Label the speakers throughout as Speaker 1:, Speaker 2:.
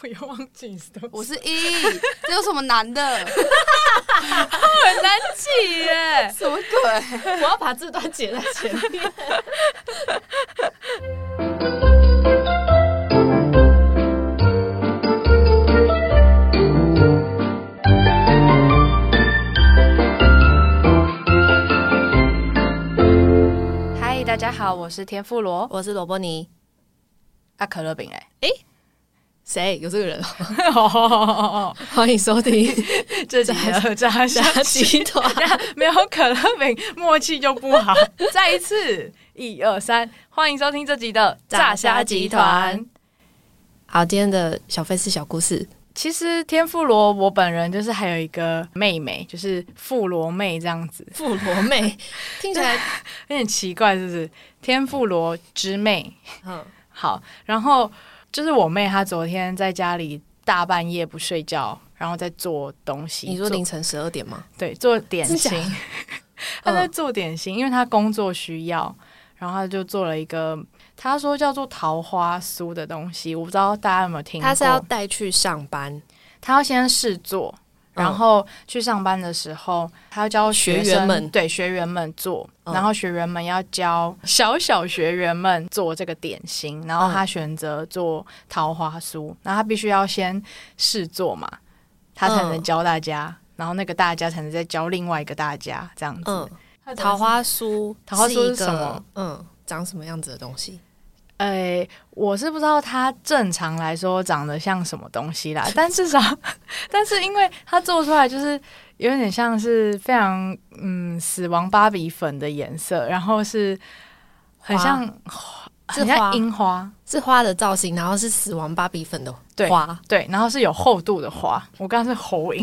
Speaker 1: 我又忘记你是多少
Speaker 2: 我是一，这有什么难的？！
Speaker 3: 很难记耶
Speaker 2: 什么鬼？
Speaker 1: 我要把这段截在前面。
Speaker 2: 嗨，大家好，我是田富罗。
Speaker 3: 我是罗伯尼，
Speaker 2: 啊，可乐饼
Speaker 1: 欸
Speaker 2: 哎，
Speaker 3: 谁有这个人？
Speaker 1: 哦哦哦
Speaker 3: 欢迎收 听
Speaker 1: 这集的炸虾
Speaker 3: 炸鸡团。
Speaker 1: 没有可乐饼，默契就不好。 再一次，一二三，欢迎收听这集的
Speaker 3: 炸虾集团。好，今天的小费是小故事，
Speaker 1: 其实天妇罗，我本人就是还有一个妹妹，就是富罗妹这样子，
Speaker 3: 富婆妹听起来，
Speaker 1: 有点奇怪，是不是？天妇罗之妹，
Speaker 3: 嗯，
Speaker 1: 好，然后就是我妹，她昨天在家里大半夜不睡觉，然后在做东西。
Speaker 3: 你说
Speaker 1: 做
Speaker 3: 凌晨十二点吗？
Speaker 1: 对做点心
Speaker 3: 真假，
Speaker 1: 她
Speaker 3: 嗯
Speaker 1: 在做点心，因为她工作需要，然后她就做了一个，她说叫做桃花酥的东西，我不知道大家有没有听过。
Speaker 3: 她是要带去上班，
Speaker 1: 她要先试做，
Speaker 3: 嗯
Speaker 1: 然后去上班的时候，她要教学生
Speaker 3: 学员们
Speaker 1: 对学员们做，
Speaker 3: 嗯
Speaker 1: 然后学员们要教小小学员们做这个点心，然后
Speaker 3: 嗯
Speaker 1: 她选择做桃花酥，然后她必须要先试做嘛，她才能
Speaker 3: 嗯
Speaker 1: 教大家。然后那个大家才能再教另外一个大家这样子。
Speaker 3: 嗯，
Speaker 1: 她真的
Speaker 3: 桃花酥，
Speaker 1: 桃花酥
Speaker 3: 一
Speaker 1: 是什么
Speaker 3: 个，嗯，长什么样子的东西？
Speaker 1: 哎，我是不知道它正常来说长得像什么东西啦， 但至少， 但是因为它做出来就是有点像是非常嗯死亡芭比粉的颜色，然后是很
Speaker 3: 花
Speaker 1: 像
Speaker 3: 是
Speaker 1: 很
Speaker 3: 花
Speaker 1: 像啊樱花，
Speaker 3: 是花的造型，然后是死亡芭比粉的
Speaker 1: 对
Speaker 3: 花，
Speaker 1: 对，然后是有厚度的花，我刚刚是猴樱，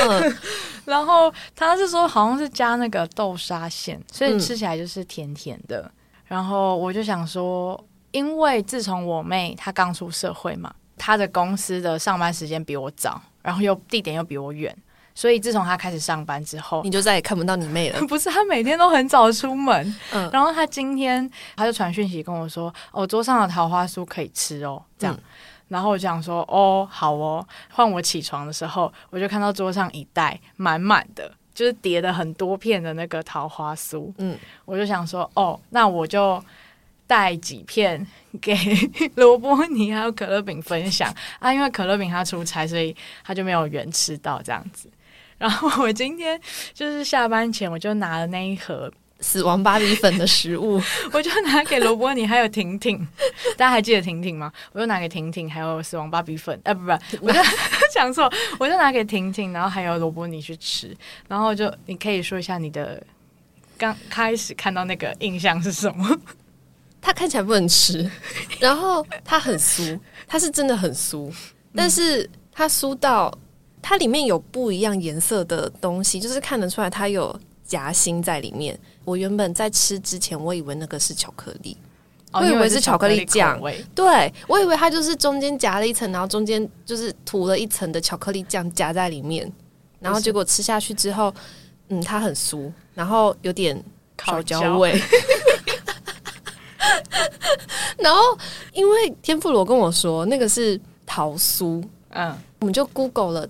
Speaker 3: 嗯，
Speaker 1: 然后他是说好像是加那个豆沙馅，所以
Speaker 3: 嗯
Speaker 1: 吃起来就是甜甜的。然后我就想说，因为自从我妹她刚出社会嘛，她的公司的上班时间比我早，然后又地点又比我远，所以自从她开始上班之后
Speaker 3: 你。就再也看不到你妹了，
Speaker 1: 不是，她每天都很早出门，
Speaker 3: 嗯
Speaker 1: 然后她今天她就传讯息跟我说，哦，桌上的桃花酥可以吃哦，这样，
Speaker 3: 嗯
Speaker 1: 然后我就想说，哦，好哦。换我起床的时候，我就看到桌上一袋满满的，就是叠的很多片的那个桃花酥。
Speaker 3: 嗯，
Speaker 1: 我就想说，哦，那我就带几片给 罗伯尼还有可乐饼分享啊，因为可乐饼他出差，所以他就没有缘吃到这样子。然后我今天就是下班前，我就拿了那一盒，
Speaker 3: 死亡芭比粉的食物，
Speaker 1: 我就拿给罗伯尼还有婷婷， 大家还记得婷婷吗？我就拿给婷婷，还有死亡芭比粉，呃，不 不，我就想错，我就拿给婷婷，然后还有罗伯尼去吃，然后就你可以说一下你的刚开始看到那个印象是什么？
Speaker 3: 它看起来不能吃， 然后它很酥，它是真的很酥，但是它酥到它里面有不一样颜色的东西，就是看得出来它有夹心在里面。我原本在吃之前，我以为那个是巧克力，
Speaker 1: 哦
Speaker 3: 我以
Speaker 1: 因
Speaker 3: 为是巧克力酱
Speaker 1: 口味
Speaker 3: 对我以为它就是中间夹了一层，然后中间就是涂了一层的巧克力酱夹在里面，然后结果吃下去之后，嗯，它很酥，然后有点
Speaker 1: 烤
Speaker 3: 烤
Speaker 1: 焦
Speaker 3: 焦。味。然后，因为天妇罗跟我说那个是桃酥，
Speaker 1: 嗯，
Speaker 3: 我们就 Google 了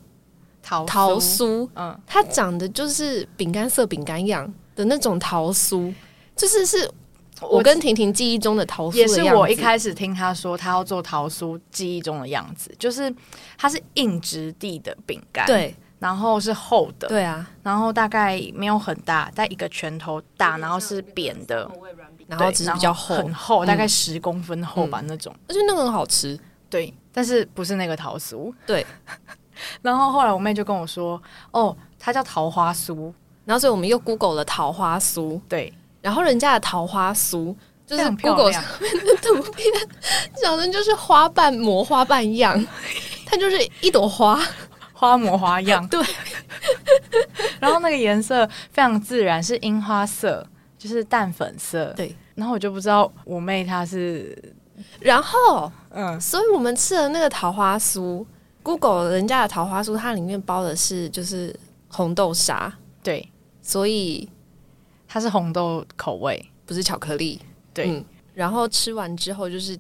Speaker 1: 桃
Speaker 3: 桃
Speaker 1: 酥，
Speaker 3: 酥，
Speaker 1: 嗯，
Speaker 3: 它长得就是饼干色饼干样的那种桃酥，就是是我跟婷婷记忆中的桃酥的
Speaker 1: 也
Speaker 3: 样子。
Speaker 1: 是我一开始听他说他要做桃酥记忆中的样子，就是它是硬质地的饼干，，
Speaker 3: 对
Speaker 1: 然后是厚的，
Speaker 3: 对啊，
Speaker 1: 然后大概没有很大，在一个拳头大，然后是扁的，
Speaker 3: 然
Speaker 1: 对
Speaker 3: 后只是比较厚，嗯
Speaker 1: 很厚，大概十公分厚吧、那种。
Speaker 3: 而且那个很好吃。
Speaker 1: 对，但是不是那个桃酥？
Speaker 3: 对。
Speaker 1: 然后后来我妹就跟我说，哦，它叫桃花酥，
Speaker 3: 然后所以我们又 Google 了桃花酥，
Speaker 1: 对，
Speaker 3: 然后人家的桃花酥
Speaker 1: 非
Speaker 3: 就是
Speaker 1: 常漂
Speaker 3: Google
Speaker 1: 亮
Speaker 3: 上面的图片， 长得就是花瓣膜花瓣样，它就是一朵花，
Speaker 1: 花模花样，
Speaker 3: 对。
Speaker 1: 然后那个颜色非常自然，是樱花色，就是淡粉色。
Speaker 3: 对。
Speaker 1: 然后我就不知道我妹她是，
Speaker 3: 然后
Speaker 1: 嗯，
Speaker 3: 所以我们吃的那个桃花酥，Google 人家的桃花酥，它里面包的是就是红豆沙，
Speaker 1: 对，
Speaker 3: 所以
Speaker 1: 她是红豆口味，
Speaker 3: 不是巧克力。
Speaker 1: 对
Speaker 3: 嗯然后吃完之后就是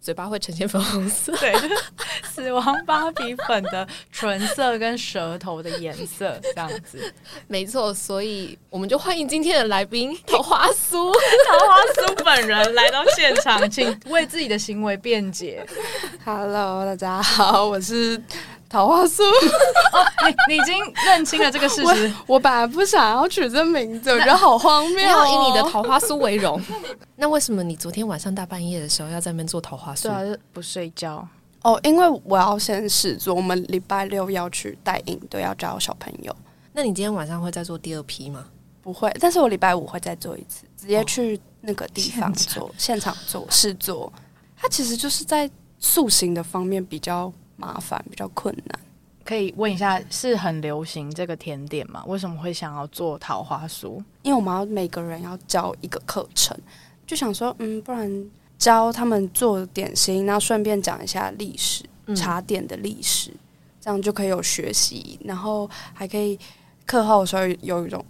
Speaker 3: 嘴巴会呈现粉红色。
Speaker 1: 对，就是 死亡芭比粉的唇色跟舌头的颜色这样子。
Speaker 3: 没错，所以我们就欢迎今天的来宾桃花 酥。
Speaker 1: 桃花酥本人来到现场，请为自己的行为辩解。
Speaker 2: Hello，大家好，我是桃花酥。
Speaker 1: 哦你你已经认清了这个事
Speaker 2: 我
Speaker 1: 实，
Speaker 2: 我本来不想要取这名字，我觉得好荒
Speaker 3: 不
Speaker 2: 谬、
Speaker 3: 要
Speaker 1: 啊
Speaker 2: 哦。
Speaker 3: 以你的桃花酥为荣。 那为什么你昨天晚上大半夜的时候要在那边做桃花酥？
Speaker 1: 对啊，就是不睡觉。
Speaker 2: 哦，因为我要先试做，我们礼拜六要去带营队，要教小朋友。
Speaker 3: 那你今天晚上会再做第二批吗？
Speaker 2: 不会，但是我礼拜五会再做一次，直接
Speaker 3: 哦
Speaker 2: 去那个地
Speaker 1: 现
Speaker 2: 方
Speaker 1: 场
Speaker 2: 做，现场做试做。它其实就是在塑形的方面比较麻烦，比较困难。
Speaker 1: 可以问一下，是很流行这个甜点吗？为什么会想要做桃花酥？
Speaker 2: 因为我们要每个人要教一个课程，就想说，嗯，不然教他们做点心，然后顺便讲一下历史，
Speaker 3: 嗯
Speaker 2: 茶点的历史，这样就可以有学习，然后还可以课后的时候有一种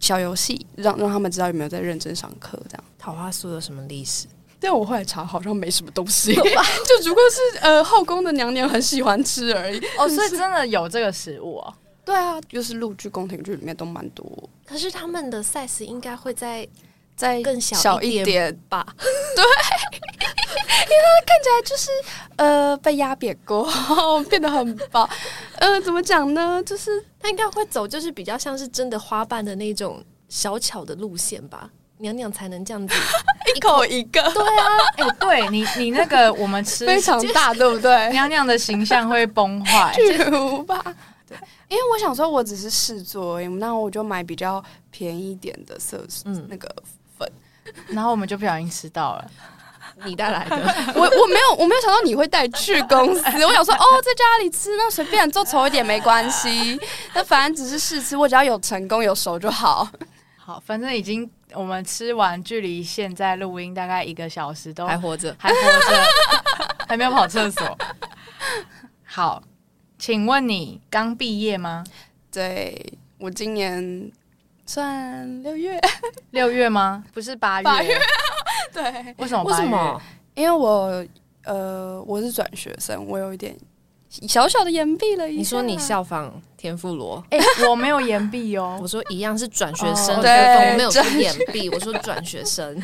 Speaker 2: 小游戏，让让他们知道有没有在认真上课，这样。
Speaker 3: 桃花酥有什么历史？
Speaker 2: 但我后来查好像没什么东 西，就只不过是呃后宫的娘娘很喜欢吃而已。
Speaker 1: 哦，所以真的有这个食物哦。
Speaker 2: 对啊，就是陆剧、宫廷剧里面都蛮多，
Speaker 3: 可是他们的 size 应该会在
Speaker 2: 在
Speaker 3: 更小一
Speaker 2: 一
Speaker 3: 点
Speaker 2: 点
Speaker 3: 吧？
Speaker 2: 呃，被压扁过， 变得很薄。呃，怎么讲呢？就是
Speaker 3: 它应该会走就是比较像是真的花瓣的那种小巧的路线吧？娘娘才能这样子。
Speaker 2: 一口一个，
Speaker 3: 对啊，
Speaker 1: 哎、对你你那个我们吃
Speaker 2: 非常大，对不 对？
Speaker 1: 娘娘的形象会崩坏。
Speaker 2: 巨无霸。对，因为我想说，我只是试做而已，那我就买比较便宜一点的色素，
Speaker 3: 嗯
Speaker 2: 那个
Speaker 1: 然后我们就不小心吃到了，
Speaker 3: 你带来的。
Speaker 2: 嗯我我没有我没有想到你会带去公司，我想说哦，在家里吃那随便做丑一点没关系，那反正只是试吃，我只要有成功有熟就好。
Speaker 1: 好，反正已经我们吃完，距离现在录音大概一个小时都
Speaker 3: 还活着，
Speaker 1: 还活着，还没有跑厕所。好，请问你刚毕业吗？
Speaker 2: 对我今年算六月，
Speaker 1: 六月吗？不是八月？
Speaker 2: 八月对，
Speaker 1: 为什么？
Speaker 3: 为什么？？
Speaker 2: 因为我呃我是转学生，我有一点小小的延毕了一下。
Speaker 3: 你说你效仿田馥罗，
Speaker 1: 哎、我没有延毕哦
Speaker 3: 我。说一样是转学生，
Speaker 1: 哦
Speaker 3: 对，
Speaker 2: 对
Speaker 3: 我没有说眼闭，我说转学生。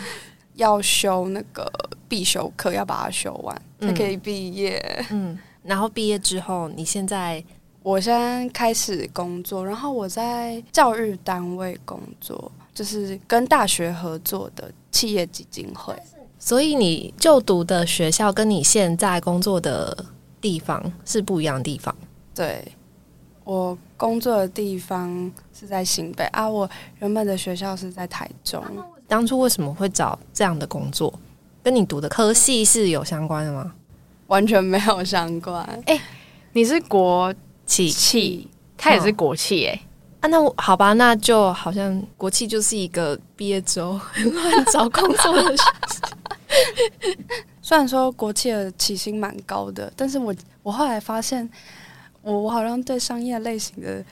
Speaker 2: 要修那个必修课，要把它修完才可以毕业。
Speaker 3: 嗯，然后毕业之后，你现在
Speaker 2: 我现在开始工作，然后我在教育单位工作，就是跟大学合作的企业基金会。
Speaker 3: 所以你就读的学校跟你现在工作的地方是不一样的地方。
Speaker 2: 对我工作的地方是在新北啊，我原本的学校是在台中。
Speaker 3: 当初为什么会找这样的工作？跟你读的科系是有相关的吗？
Speaker 2: 完全没有相关，
Speaker 1: 你是国
Speaker 3: 企
Speaker 1: 企，他也是国企哎、
Speaker 3: 啊，那我好吧，那就好像国企就是一个毕业之后乱找工作的 学
Speaker 2: 虽然说国企的起薪蛮高的，但是我我后来发现，我我好像对商业类型的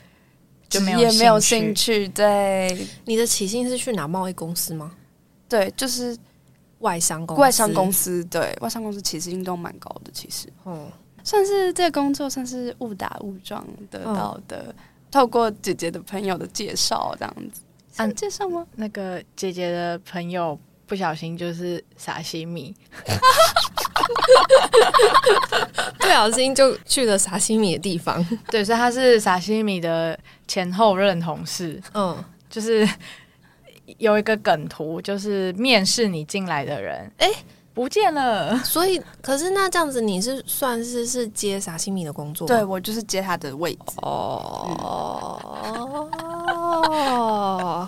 Speaker 1: 就
Speaker 2: 职
Speaker 1: 没有
Speaker 2: 业没有
Speaker 1: 兴
Speaker 2: 兴趣，对
Speaker 3: 你的起薪是去哪贸易公司吗？
Speaker 2: 对，就是
Speaker 3: 外商公司，
Speaker 2: 外商公司，对外商公司起薪都蛮高的，其实
Speaker 3: 哦，
Speaker 2: 算是这个工作算是误打误撞得到的，透过姐姐的朋友的介绍这样子，是
Speaker 1: 嗯
Speaker 2: 介绍吗？
Speaker 1: 那个姐姐的朋友不小心就是撒西米，
Speaker 3: 不小心就去了沙西米的 地方。
Speaker 1: 对，所以他是撒西米的前后任同事，
Speaker 3: 嗯，
Speaker 1: 就是有一个梗图，就是面试你进来的人，哎、不见了。
Speaker 3: 所以可是那这样子，你是算是是接沙西米的工作吗？
Speaker 2: 对我就是接她的位置，
Speaker 3: 哦，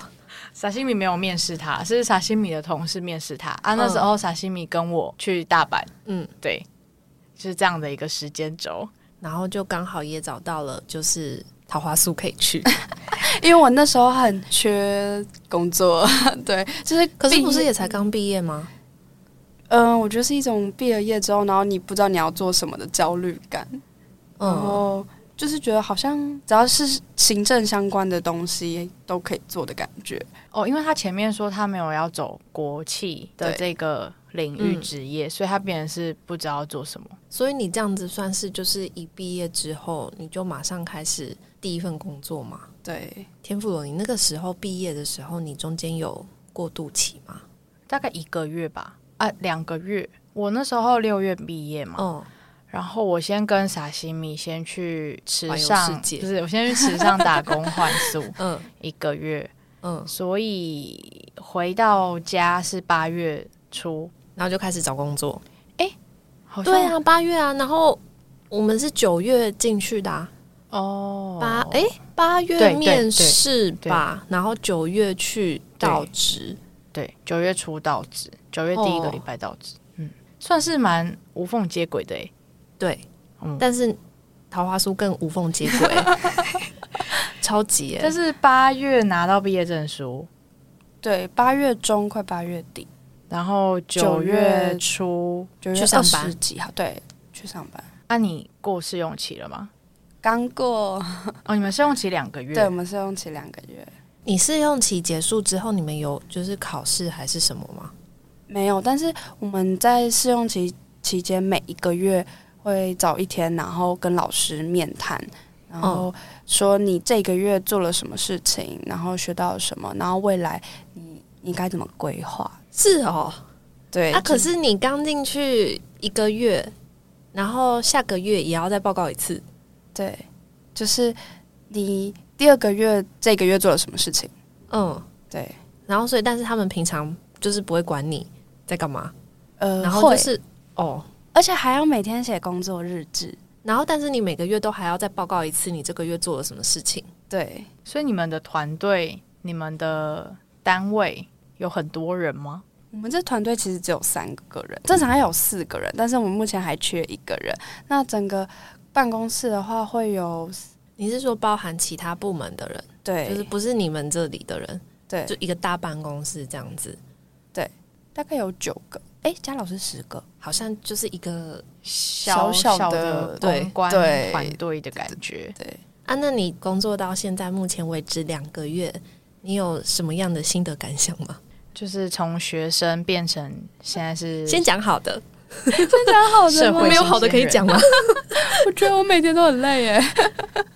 Speaker 1: 撒西米没有面试他，是撒西米的同事面试他啊。那时候撒西米跟我去大阪，
Speaker 3: 嗯，
Speaker 1: 对，就是这样的一个时间轴。
Speaker 3: 然后就刚好也找到了，就是桃花酥可以去。
Speaker 2: 因为我那时候很缺工作， 对，就是
Speaker 3: 可是
Speaker 2: 毕
Speaker 3: 不是
Speaker 2: 业
Speaker 3: 也才刚毕业吗？
Speaker 2: 嗯，我觉得是一种毕了业之后，然后你不知道你要做什么的焦虑感，然
Speaker 3: 嗯，
Speaker 2: 后就是觉得好像只要是行政相关的东西都可以做的感觉。
Speaker 1: 哦，因为他前面说他没有要走国企的这个领域职业，所以他变成是不知道做什么。
Speaker 3: 所以你这样子算是就是一毕业之后你就马上开始第一份工作嘛？
Speaker 2: 对，
Speaker 3: 天妇罗，你那个时候毕业的时候，你中间有过渡期吗？
Speaker 1: 大概一个月吧，啊，两个月。我那时候六月毕业嘛，
Speaker 3: 哦，
Speaker 1: 然后我先跟傻西米先去池
Speaker 3: 环游
Speaker 1: 上，
Speaker 3: 世界
Speaker 1: 不是我先去池上打工换宿
Speaker 3: 嗯
Speaker 1: 一个月，
Speaker 3: 嗯，
Speaker 1: 所以回到家是八月初。
Speaker 3: 然后就开始找工作。
Speaker 1: 好像
Speaker 3: 对，啊，八月啊，然后我们是九月进去的、啊，
Speaker 1: 哦，
Speaker 3: 八哎八月
Speaker 1: 对
Speaker 3: 面试吧，然后九月去到
Speaker 1: 对
Speaker 3: 职，
Speaker 1: 对，九月初到职，九月第一个礼拜到
Speaker 3: 哦
Speaker 1: 职，嗯，算是蛮无缝接轨的诶、欸
Speaker 3: 对，
Speaker 1: 嗯
Speaker 3: 但是桃花酥更无缝接 轨，超级耶、
Speaker 1: 但是八月拿到毕业证书，
Speaker 2: 对，八月中快八月底，
Speaker 1: 然后九
Speaker 2: 九月
Speaker 1: 月初，
Speaker 2: 九月
Speaker 3: 去
Speaker 2: 二
Speaker 3: 上班
Speaker 2: 十几号，对，去上班。
Speaker 1: 啊，你过试用期了吗？
Speaker 2: 刚过，
Speaker 1: 哦，你们试用期两个月，
Speaker 2: 对，我们试用期两个月，
Speaker 3: 你试用期结束之后，你们有就是考试还是什么吗？
Speaker 2: 没有，但是我们在试用期期间每一个月会找一天，然后跟老师面谈，然
Speaker 3: 哦
Speaker 2: 后说你这个月做了什么事情，然后学到了什么，然后未来你你该怎么规划。
Speaker 3: 是哦，
Speaker 2: 对，
Speaker 3: 啊，可
Speaker 2: 就是
Speaker 3: 你刚进去一个月，然后下个月也要再报告一次，
Speaker 2: 对，就是你第二个月这个月做了什么事情，
Speaker 3: 嗯，
Speaker 2: 对，
Speaker 3: 然后所以但是他们平常就是不会管你在干嘛，
Speaker 2: 呃，
Speaker 3: 然后就
Speaker 2: 会
Speaker 3: 是哦，
Speaker 2: 而且还要每天写工作日志，
Speaker 3: 然后但是你每个月都还要再报告一次你这个月做了什么事情，
Speaker 2: 对，
Speaker 1: 所以你们的团队、你们的单位有很多人吗？
Speaker 2: 我们这团队其实只有三个人，正常还有四个人，但是我们目前还缺一个人。那整个办公室的话，会有
Speaker 3: 你是说包含其他部门的人，
Speaker 2: 对，
Speaker 3: 就是不是你们这里的人，
Speaker 2: 对
Speaker 3: 就，一个大办公室这样子，
Speaker 2: 大概有九个，哎、加老师十个，
Speaker 3: 好像就是一个
Speaker 1: 小
Speaker 2: 小
Speaker 1: 小
Speaker 2: 的
Speaker 1: 公关
Speaker 2: 对对
Speaker 1: 团队的感觉，
Speaker 2: 对，
Speaker 3: 啊。那你工作到现在目前为止两个月，你有什么样的心得感想吗？
Speaker 1: 就是从学生变成现在是
Speaker 3: 先讲好的，
Speaker 2: 好
Speaker 1: 社会
Speaker 3: 我没呃有好的可以讲吗？
Speaker 2: 我觉得我每天都很累耶，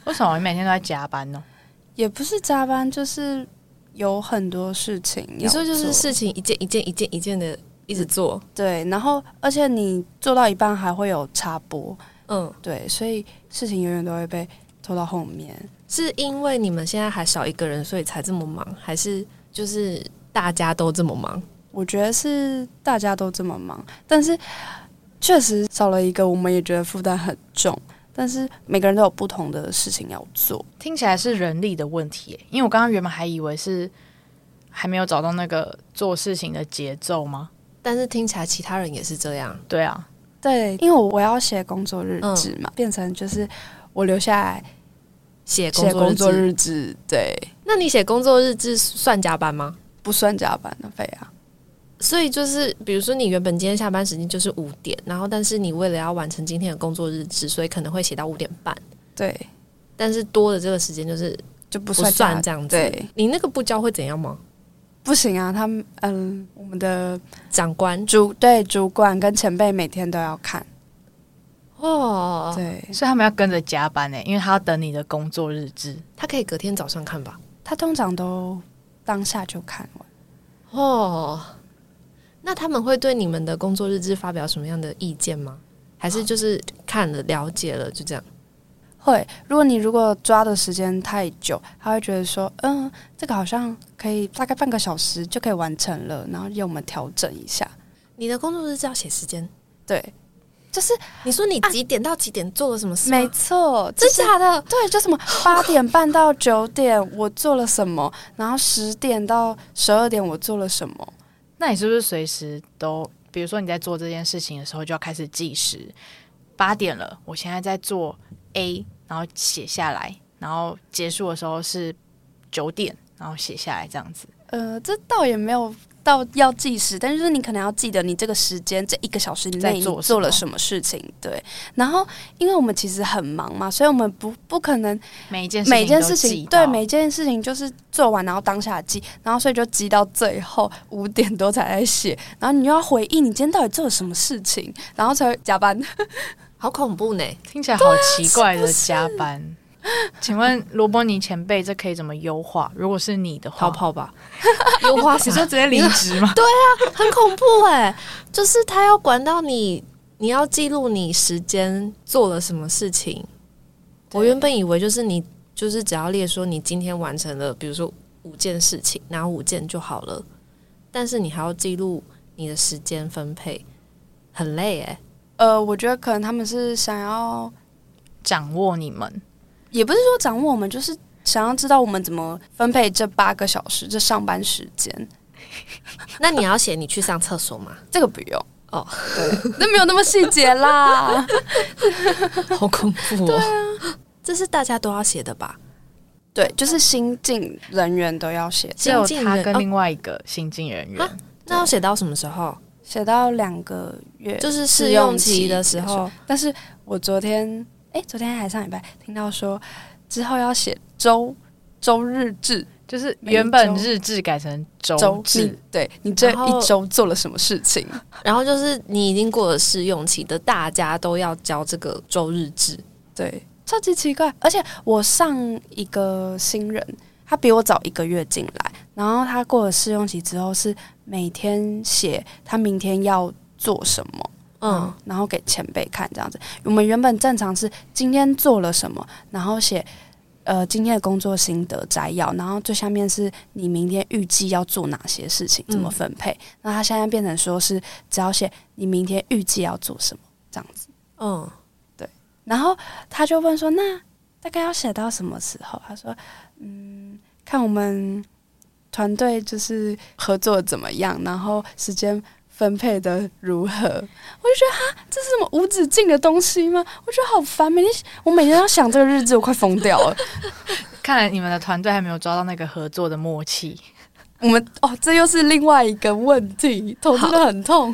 Speaker 1: 为什么你每天都在加班呢？
Speaker 2: 也不是加班，就是有很多事情要做。
Speaker 3: 你说就是事情一件一件一件一件的一直做，
Speaker 2: 对，然后而且你做到一半还会有插播，
Speaker 3: 嗯，
Speaker 2: 对，所以事情永远都会被拖到后面。
Speaker 3: 是因为你们现在还少一个人，所以才这么忙，还是就是大家都这么忙？
Speaker 2: 我觉得是大家都这么忙，但是确实少了一个，我们也觉得负担很重。但是每个人都有不同的事情要做，
Speaker 1: 听起来是人力的问题耶，因为我刚刚原本还以为是还没有找到那个做事情的节奏吗？
Speaker 3: 但是听起来其他人也是这样，
Speaker 1: 对啊，
Speaker 2: 对，因为我要写工作日志嘛，变成就是我留下来
Speaker 3: 写工
Speaker 2: 写
Speaker 3: 作
Speaker 2: 工
Speaker 3: 日
Speaker 2: 作
Speaker 3: 志。
Speaker 2: 日志，对，
Speaker 3: 那你写工作日志算加班吗？
Speaker 2: 不算加班的费啊，
Speaker 3: 所以就是，比如说你原本今天下班时间就是五点，然后但是你为了要完成今天的工作日志，所以可能会写到五点半，
Speaker 2: 对，
Speaker 3: 但是多的这个时间就是
Speaker 2: 就不
Speaker 3: 不
Speaker 2: 算加
Speaker 3: 算这样子。
Speaker 2: 对，
Speaker 3: 你那个不交会怎样吗？
Speaker 2: 不行啊，他们嗯，我们的
Speaker 3: 长官
Speaker 2: 主对主管跟前辈每天都要看，
Speaker 3: 哦，
Speaker 2: 对
Speaker 1: 所以他们要跟着加班呢，因为他要等你的工作日志。
Speaker 3: 他可以隔天早上看吧？
Speaker 2: 他通常都当下就看完。
Speaker 3: 哦，那他们会对你们的工作日志发表什么样的意见吗？还是就是看了了解了就这样？
Speaker 2: 会，如果你如果抓的时间太久，他会觉得说，嗯，这个好像可以大概半个小时就可以完成了，然后要我们调整一下。
Speaker 3: 你的工作日志要写时间，
Speaker 2: 对，就是
Speaker 3: 你说你几点到几点做了什么事吗？
Speaker 2: 没错，就
Speaker 3: 真
Speaker 2: 是
Speaker 3: 假的？
Speaker 2: 对，就什么八点半到九点我做了什么，然后十点到十二点我做了什么。
Speaker 1: 那你是不是随时都，比如说你在做这件事情的时候就要开始计时，八点了，我现在在做 A，然后写下来，然后结束的时候是九点，然后写下来这样子。
Speaker 2: 呃，这倒也没有到要计时，但是就是你可能要记得你这个时间这一个小时内
Speaker 1: 在
Speaker 2: 你
Speaker 1: 做什么
Speaker 2: 做了什么事情。对，然后因为我们其实很忙嘛，所以我们不不可能
Speaker 1: 每一件
Speaker 2: 每件
Speaker 1: 都
Speaker 2: 事
Speaker 1: 记
Speaker 2: 情
Speaker 1: 到
Speaker 2: 对每件事情就是做完然后当下记，然后所以就记到最后五点多才来写，然后你又要回忆你今天到底做了什么事情，然后才会加班。
Speaker 3: 好恐怖呢！
Speaker 1: 听起来好
Speaker 2: 啊
Speaker 1: 奇怪的加班。请问罗伯尼前辈，这可以怎么优化？如果是你的话，
Speaker 3: 逃跑吧，有花
Speaker 1: 你说直接离职 吗？
Speaker 3: 很恐怖哎、就是他要管到你，你要记录你时间做了什么事情。我原本以为就是你，就是只要列说你今天完成了，比如说五件事情，然后五件就好了。但是你还要记录你的时间分配，很累哎、
Speaker 2: 呃，我觉得可能他们是想要，
Speaker 1: 掌握你们，
Speaker 2: 也不是说掌握我们，就是想要知道我们怎么分配这八个小时这上班时间。
Speaker 3: 那你要写你去上厕所吗？
Speaker 2: 这个不用
Speaker 3: 哦，
Speaker 2: 对，那没有那么细节 啦。
Speaker 3: 好恐怖哦！这是大家都要写的吧？
Speaker 2: 对，就是新进人员都要写，
Speaker 1: 只
Speaker 3: 新
Speaker 1: 有
Speaker 3: 进
Speaker 1: 他
Speaker 3: 人
Speaker 1: 跟
Speaker 3: 哦
Speaker 1: 另外一个新进人员。
Speaker 3: 啊那要写到什么时候？
Speaker 2: 写到两个月，
Speaker 3: 就是
Speaker 2: 试
Speaker 3: 试
Speaker 2: 用
Speaker 3: 用
Speaker 2: 期
Speaker 3: 期
Speaker 2: 的
Speaker 3: 的
Speaker 2: 时
Speaker 3: 时
Speaker 2: 候
Speaker 3: 候，
Speaker 2: 但是我昨天，哎、昨天还上礼拜听到说之后要写周周日志，
Speaker 1: 就是
Speaker 2: 每一周
Speaker 1: 原本日志改成周
Speaker 2: 周你
Speaker 1: 志，
Speaker 2: 对你这
Speaker 3: 然后
Speaker 2: 一周做了什么事 情？
Speaker 3: 然后就是你已经过了试用期的，大家都要交这个周日志。
Speaker 2: 对，超级奇怪。而且我上一个新人，他比我早一个月进来，然后他过了试用期之后是每天写他明天要做什么。嗯
Speaker 3: 嗯，，
Speaker 2: 然后给前辈看这样子。我们原本正常是今天做了什么，然后写呃今天的工作心得摘要，然后最下面是你明天预计要做哪些事情，怎么分配。那、他现在变成说是只要写你明天预计要做什么这样子。
Speaker 3: 嗯，
Speaker 2: 然后他就问说：“那大概要写到什么时候？”他说：“嗯，看我们团队就是合作怎么样，然后时间分配的如何。”我就觉得哈，这是什么无止境的东西吗？我觉得好烦，每天我每天要想这个日子，我快疯掉了。
Speaker 1: 看来你们的团队还没有抓到那个合作的默契。
Speaker 2: 我们哦，这又是另外一个问题，头真的很痛。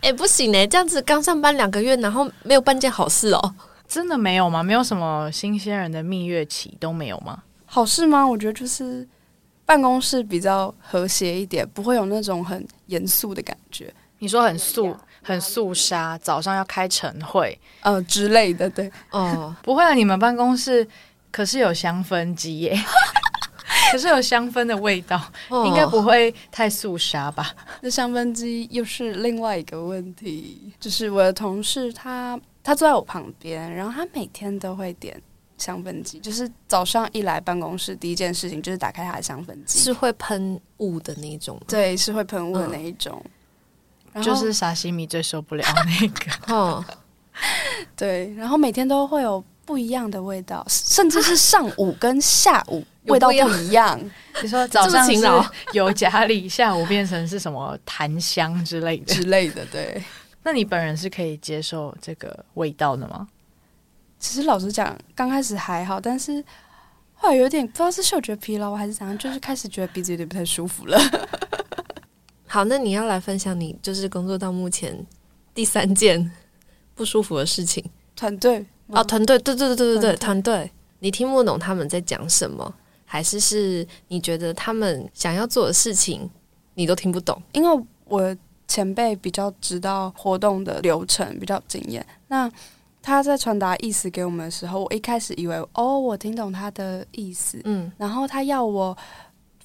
Speaker 3: 哎、不行呢、这样子刚上班两个月，然后没有办件好事哦。
Speaker 1: 真的没有吗？没有什么新鲜人的蜜月期都没有吗？
Speaker 2: 好事吗？我觉得就是办公室比较和谐一点，不会有那种很严肃的感觉，
Speaker 1: 你说很肃、很肃杀，早上要开晨会，
Speaker 2: 呃之类的。对，
Speaker 3: 哦，
Speaker 1: 不会啊？你们办公室可是有香氛机 耶，可是有香氛的味道，
Speaker 3: 嗯
Speaker 1: 应该不会太肃杀吧？
Speaker 2: 那香氛机又是另外一个问题，就是我的同事他他坐在我旁边，然后他每天都会点香氛机，就是早上一来办公室第一件事情就是打开他的香氛机，
Speaker 3: 是会嗯喷雾的那种。
Speaker 2: 对，是会喷雾的那一种，然后
Speaker 1: 就是沙西米最受不了那个，
Speaker 3: 哦，
Speaker 2: 对，然后每天都会有不一样的味道，甚至是上午跟下午
Speaker 3: 啊有
Speaker 2: 味道
Speaker 3: 不一样
Speaker 2: 不一样，
Speaker 1: 你说早
Speaker 3: 这么
Speaker 1: 上
Speaker 3: 勤
Speaker 1: 是
Speaker 3: 劳
Speaker 1: 尤加利，下午变成是什么檀香之类的
Speaker 2: 之。类的。对，
Speaker 1: 那你本人是可以接受这个味道的吗？
Speaker 2: 其实老实讲，刚开始还好，但是后来有点不知道是嗅觉疲劳还是怎样，就是开始觉得鼻子有点不太舒服了。
Speaker 3: 好，那你要来分享你就是工作到目前第三件 不舒服的事情
Speaker 2: 团队
Speaker 3: 哦，团队，对对对对对对，
Speaker 2: 团
Speaker 3: 团队，你听不懂他们在讲什么，还是是你觉得他们想要做的事情你都听不懂？
Speaker 2: 因为我前辈比较知道活动的流程，比较有经验。那他在传达意思给我们的时候，我一开始以为哦，我听懂他的意思，
Speaker 3: 嗯，
Speaker 2: 然后他要我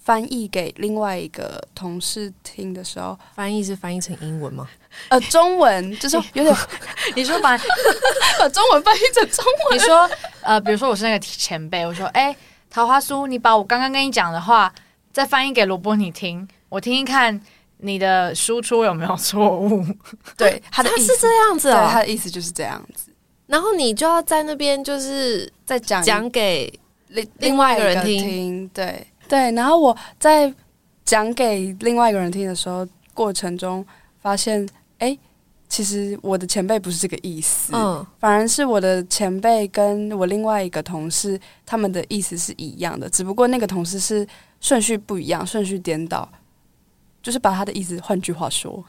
Speaker 2: 翻译给另外一个同事听的时候，
Speaker 3: 翻译是翻译成英文吗？
Speaker 2: 呃，中文就是有点
Speaker 1: 你说把
Speaker 2: 把中文翻译成中文，
Speaker 1: 你说呃，比如说我是那个前辈，我说哎、桃花酥，你把我刚刚跟你讲的话再翻译给罗伯尼听，我听听看你的输出有没有错误。
Speaker 2: 对他的意
Speaker 3: 是
Speaker 2: 思，
Speaker 3: 这样子
Speaker 2: 对
Speaker 3: 哦，
Speaker 2: 他的意思就是这样子。
Speaker 3: 然后你就要在那边就是
Speaker 2: 再讲一
Speaker 3: 讲给
Speaker 2: 另
Speaker 3: 另外一个人
Speaker 2: 另
Speaker 3: 听
Speaker 2: 听，对对。然后我在讲给另外一个人听的时候，过程中发现，哎、其实我的前辈不是这个意思，
Speaker 3: 嗯
Speaker 2: 反而是我的前辈跟我另外一个同事他们的意思是一样的，只不过那个同事是顺序不一样，顺序颠倒，就是把他的意思，换句话说，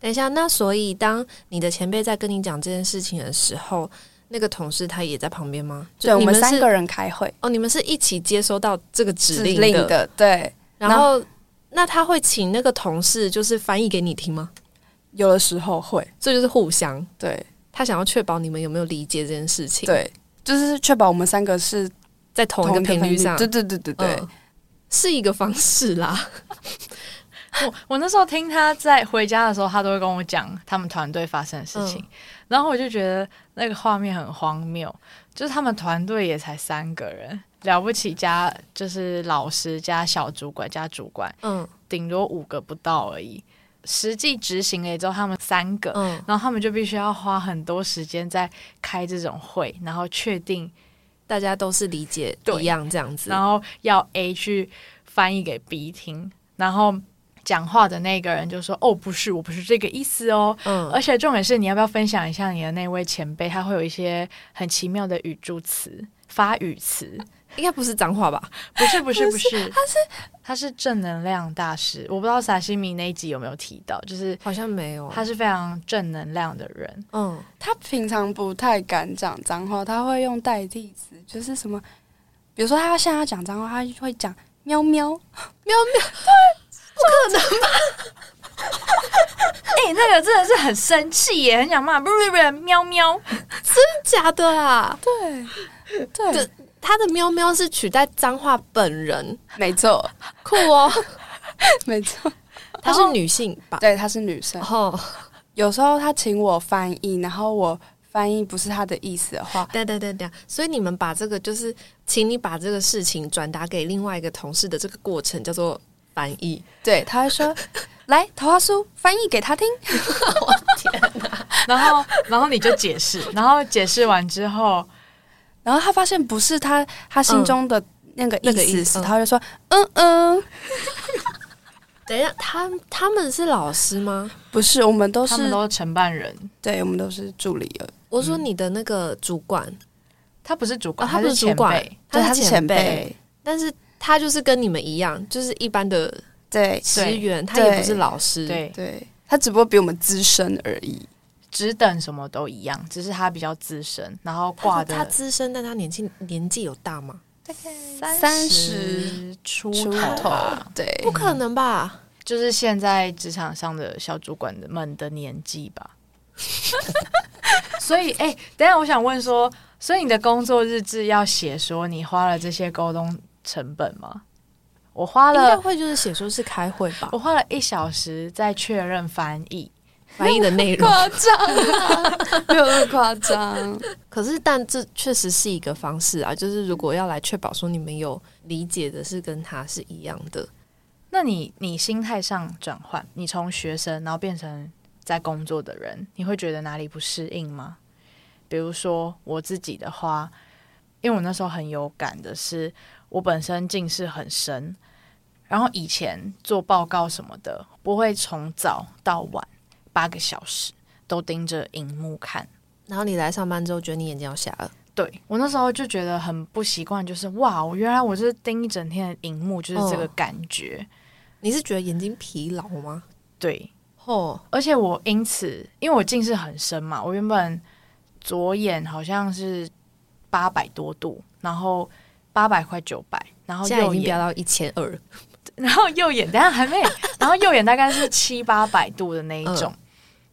Speaker 3: 等一下，那所以当你的前辈在跟你讲这件事情的时候，那个同事他也在旁边吗？
Speaker 2: 对我
Speaker 3: 你
Speaker 2: 们
Speaker 3: 是
Speaker 2: 三个人开会
Speaker 3: 哦，你们是一起接收到这个指令
Speaker 2: 指令的，对，
Speaker 3: 然后那他会请那个同事就是翻译给你听吗？
Speaker 2: 有的时候会，
Speaker 3: 这就是互相，
Speaker 2: 对
Speaker 3: 他想要确保你们有没有理解这件事情，，
Speaker 2: 对，就是确保我们三个是
Speaker 3: 在同一
Speaker 2: 同
Speaker 3: 个
Speaker 2: 一个
Speaker 3: 频率上，
Speaker 2: 对对对对对，
Speaker 3: 嗯是一个方式啦。
Speaker 1: 我我那时候听他在回家的时候，他都会跟我讲他们团队发生的事情，
Speaker 3: 嗯
Speaker 1: 然后我就觉得那个画面很荒谬，就是他们团队也才三个人，了不起加就是老师加小主管加主管，
Speaker 3: 嗯
Speaker 1: 顶多五个不到而已。实际执行了之后，他们三个，
Speaker 3: 嗯，
Speaker 1: 然后他们就必须要花很多时间在开这种会，然后确定，
Speaker 3: 大家都是理解
Speaker 1: 对
Speaker 3: 一样这样子
Speaker 1: 然，后要 A 去翻译给 B 听，然后讲话的那个人就说：“哦，不是，我不是这个意思哦。”
Speaker 3: 嗯
Speaker 1: 而且重点是，你要不要分享一下你的那位前辈？他会有一些很奇妙的语助词、发语 词。
Speaker 3: 应该不是脏话吧？
Speaker 1: 不是不是不是，他是他是正能量大师。我不知道萨西米那一集有没有提到，就是
Speaker 3: 好像没有，
Speaker 1: 他是非常正能量的人。
Speaker 3: 嗯
Speaker 2: 他平常不太敢讲脏话，他会用代替词，就是什么，比如说他现在要讲脏话，他会讲喵喵，
Speaker 1: 哎、那个真的是很生气耶，很想骂，不不不，喵喵。
Speaker 3: 假的啊，
Speaker 2: 对
Speaker 3: 对
Speaker 2: 对，
Speaker 3: 他的喵喵是取代脏话本人，
Speaker 2: 没 错
Speaker 3: 酷哦，
Speaker 2: 没错，
Speaker 3: 她是女性吧？
Speaker 2: 对，她是女生，
Speaker 3: 哦，
Speaker 2: 有时候她请我翻译，然后我翻译不是她的意思的话，
Speaker 3: 对对对对，所以你们把这个就是，请你把这个事情转达给另外一个同事的这个过程叫做翻译。
Speaker 2: 对，她会说来桃花酥翻译给她听，
Speaker 1: 然后然后你就解释，然后解释完之后，
Speaker 2: 然后她发现不是她她心中的那个
Speaker 3: 嗯那
Speaker 2: 意
Speaker 3: 个
Speaker 2: 思
Speaker 3: 意思
Speaker 2: 时，
Speaker 3: 嗯
Speaker 2: 她会说嗯嗯，
Speaker 3: 等一下，他他们是老师吗？
Speaker 2: 不是，我们都
Speaker 1: 他们
Speaker 2: 是
Speaker 1: 都是承办人，
Speaker 2: 对，我们都是助理而已，
Speaker 3: 我说你的那个主管，
Speaker 1: 他不是主管，
Speaker 3: 哦他不
Speaker 1: 是
Speaker 3: 是主
Speaker 1: 前
Speaker 3: 管
Speaker 1: 辈。
Speaker 2: 对，她
Speaker 3: 她
Speaker 2: 是
Speaker 3: 前
Speaker 2: 前辈，
Speaker 3: 但是他就是跟你们一样，就是一般的
Speaker 2: 对
Speaker 3: 职员，他
Speaker 2: 对
Speaker 3: 也不是老师。，
Speaker 1: 对，
Speaker 2: 对，他只不过比我们资深而已。
Speaker 1: 职等什么都一样，只是他比较资深，然后
Speaker 3: 他
Speaker 1: 挂
Speaker 3: 说他
Speaker 1: 的
Speaker 3: 资深，但他年纪年纪有大吗？
Speaker 2: 三
Speaker 1: 十出
Speaker 2: 出啊
Speaker 1: 头吧，
Speaker 2: 对，
Speaker 3: 不可能吧？
Speaker 1: 就是现在职场上的小主管们的年纪吧。所以，哎、等一下我想问说，所以你的工作日志要写说你花了这些沟通成本吗？我花
Speaker 3: 应该
Speaker 1: 了，
Speaker 3: 会就是写说是开会吧
Speaker 1: 我，花了一小时在确认翻译，
Speaker 3: 翻译的内容。
Speaker 2: 张啊，没有那么夸张。
Speaker 3: 可是，但这确实是一个方式啊，就是如果要来确保说你们有理解的是跟他是一样的，
Speaker 1: 那你你心态上转换，你从学生然后变成在工作的人，你会觉得哪里不适应吗？比如说我自己的话，因为我那时候很有感的是，我本身近视很深，然后以前做报告什么的，不会从早到晚八个小时都盯着荧幕看。
Speaker 3: 然后你来上班之后觉得你眼睛要瞎了，
Speaker 1: 对我那时候就觉得很不习惯，就是哇，我原来我就是盯一整天的荧幕，就是这个
Speaker 3: 嗯
Speaker 1: 感觉。
Speaker 3: 你是觉得眼睛疲劳吗？
Speaker 1: 对，
Speaker 3: 哦，
Speaker 1: 而且我因此，因为我近视很深嘛，我原本左眼好像是八百多度，然后八百快九百，然后
Speaker 3: 现在已
Speaker 1: 右
Speaker 3: 经飙
Speaker 1: 眼，
Speaker 3: 到一千二，
Speaker 1: 然后右眼，等一下还没，然后右眼大概是七八百度的那一种，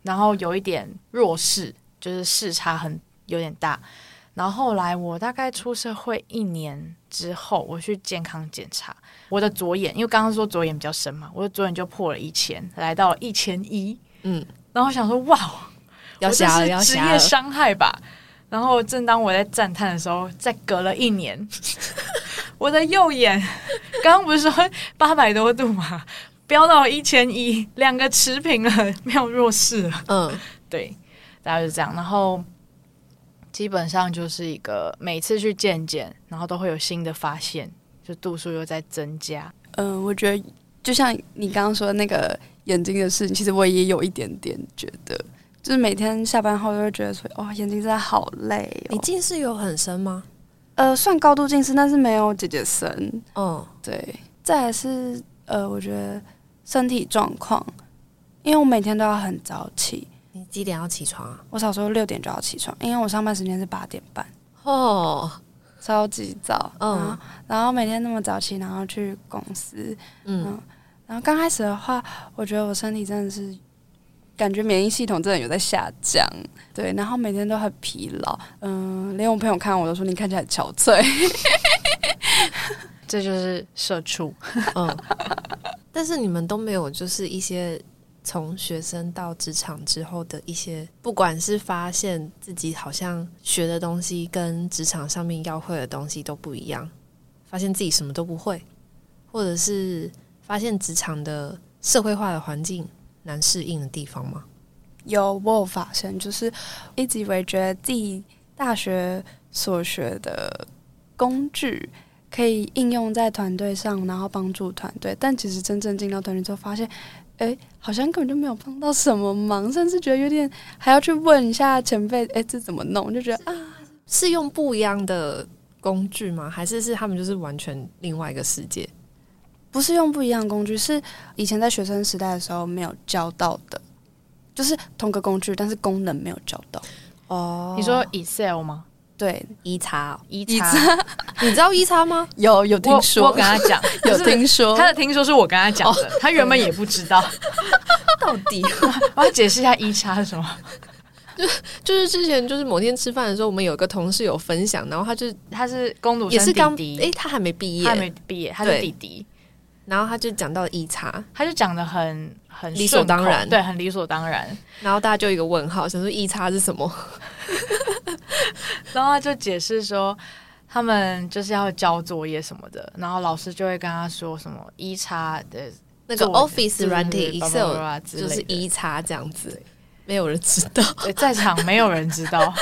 Speaker 1: 然后有一点弱视，就是视差很有点大。然后后来我大概出社会一年之后，我去健康检查，我的左眼，因为刚刚说左眼比较深嘛，我的左眼就破了一千，来到了一千一。
Speaker 3: 嗯，
Speaker 1: 然后想说，哇，
Speaker 3: 要瞎了，要
Speaker 1: 我这是职
Speaker 3: 瞎
Speaker 1: 业
Speaker 3: 了，
Speaker 1: 伤害吧。然后正当我在赞叹的时候，再隔了一年，我的右眼刚刚不是说八百多度嘛，飙到一千一，两个持平了，没有弱视了。
Speaker 3: 嗯，
Speaker 1: 对，大概就是这样。然后基本上就是一个每次去健检，然后都会有新的发现，就度数又在增加。
Speaker 2: 嗯、我觉得就像你刚刚说的那个眼睛的事情，其实我也有一点点觉得，就是每天下班后都会觉得说，哇、眼睛真的好累、
Speaker 3: 你
Speaker 2: 哦。
Speaker 3: 近视有很深吗？
Speaker 2: 呃，算高度近视，但是没有姐姐深。
Speaker 3: 嗯，
Speaker 2: 对，再来是呃，我觉得身体状况，因为我每天都要很早起，
Speaker 3: 你几点要起床啊？
Speaker 2: 我小时候六点就要起床，因为我上班时间是八点半，
Speaker 3: 哦，
Speaker 2: 超级早。
Speaker 3: 嗯
Speaker 2: 嗯，然后每天那么早起，然后去公司，
Speaker 3: 嗯，
Speaker 2: 然后刚开始的话，我觉得我身体真的是感觉免疫系统真的有在下降，对，然后每天都很疲劳，嗯、连我朋友看我都说你看起来很憔悴，
Speaker 1: 这就是社畜。
Speaker 3: 嗯， 但是你们都没有就是一些从学生到职场之后的一些，不管是发现自己好像学的东西跟职场上面要会的东西都不一样，发现自己什么都不会，或者是发现职场的社会化的环境难适应的地方吗？
Speaker 2: 有我有发现，就是一直以为觉得自己大学所学的工具。可以应用在团队上，然后帮助团队。但其实真正进到团队之后，发现，哎，好像根本就没有帮到什么忙，甚至觉得有点还要去问一下前辈，哎，这怎么弄？就觉得啊，
Speaker 3: 是用不一样的工具吗？还是是他们就是完全另外一个世界？
Speaker 2: 不是用不一样的工具，是以前在学生时代的时候没有教到的，就是同个工具，但是功能没有教到。
Speaker 3: 哦
Speaker 1: 你说 Excel 吗？
Speaker 2: 对，
Speaker 3: 一叉、
Speaker 1: 一
Speaker 2: 一
Speaker 1: 查，
Speaker 3: 你知道一 E 叉吗？
Speaker 2: E 哦有有
Speaker 1: 我我跟他 讲，
Speaker 2: 有
Speaker 1: 就是
Speaker 2: 听
Speaker 3: 哦
Speaker 2: 说
Speaker 1: 他的听说是我跟他讲的，他原本也不知 道。
Speaker 3: 到底
Speaker 1: 我要解释一下一叉是什么。
Speaker 3: 就是之前就是某天吃饭的时候，我们有一个同事有分享，然后他就
Speaker 1: 他是攻读
Speaker 3: 也是刚
Speaker 1: 生
Speaker 3: 诶，
Speaker 1: 弟弟，
Speaker 3: 他还没毕
Speaker 1: 他还
Speaker 3: 业，
Speaker 1: 没毕业，他是
Speaker 3: 对
Speaker 1: 弟弟，
Speaker 3: 然后他就讲到一叉，
Speaker 1: 他就讲的很很
Speaker 3: 理所
Speaker 1: 顺口
Speaker 3: 当然
Speaker 1: 对，很理所当然。
Speaker 3: 然后大家就有一个问号，想说一叉是 什么？
Speaker 1: 然后他就解释说，他们就是要交作业什么的，然后老师就会跟他说什么一叉的
Speaker 3: 那个
Speaker 1: 作业
Speaker 3: Office 软体
Speaker 1: 对对对
Speaker 3: Excel
Speaker 1: 叭叭叭叭之类
Speaker 3: 就
Speaker 1: 的
Speaker 3: 是一叉这样子，没有人知道。
Speaker 1: 对，在场没有人知 道，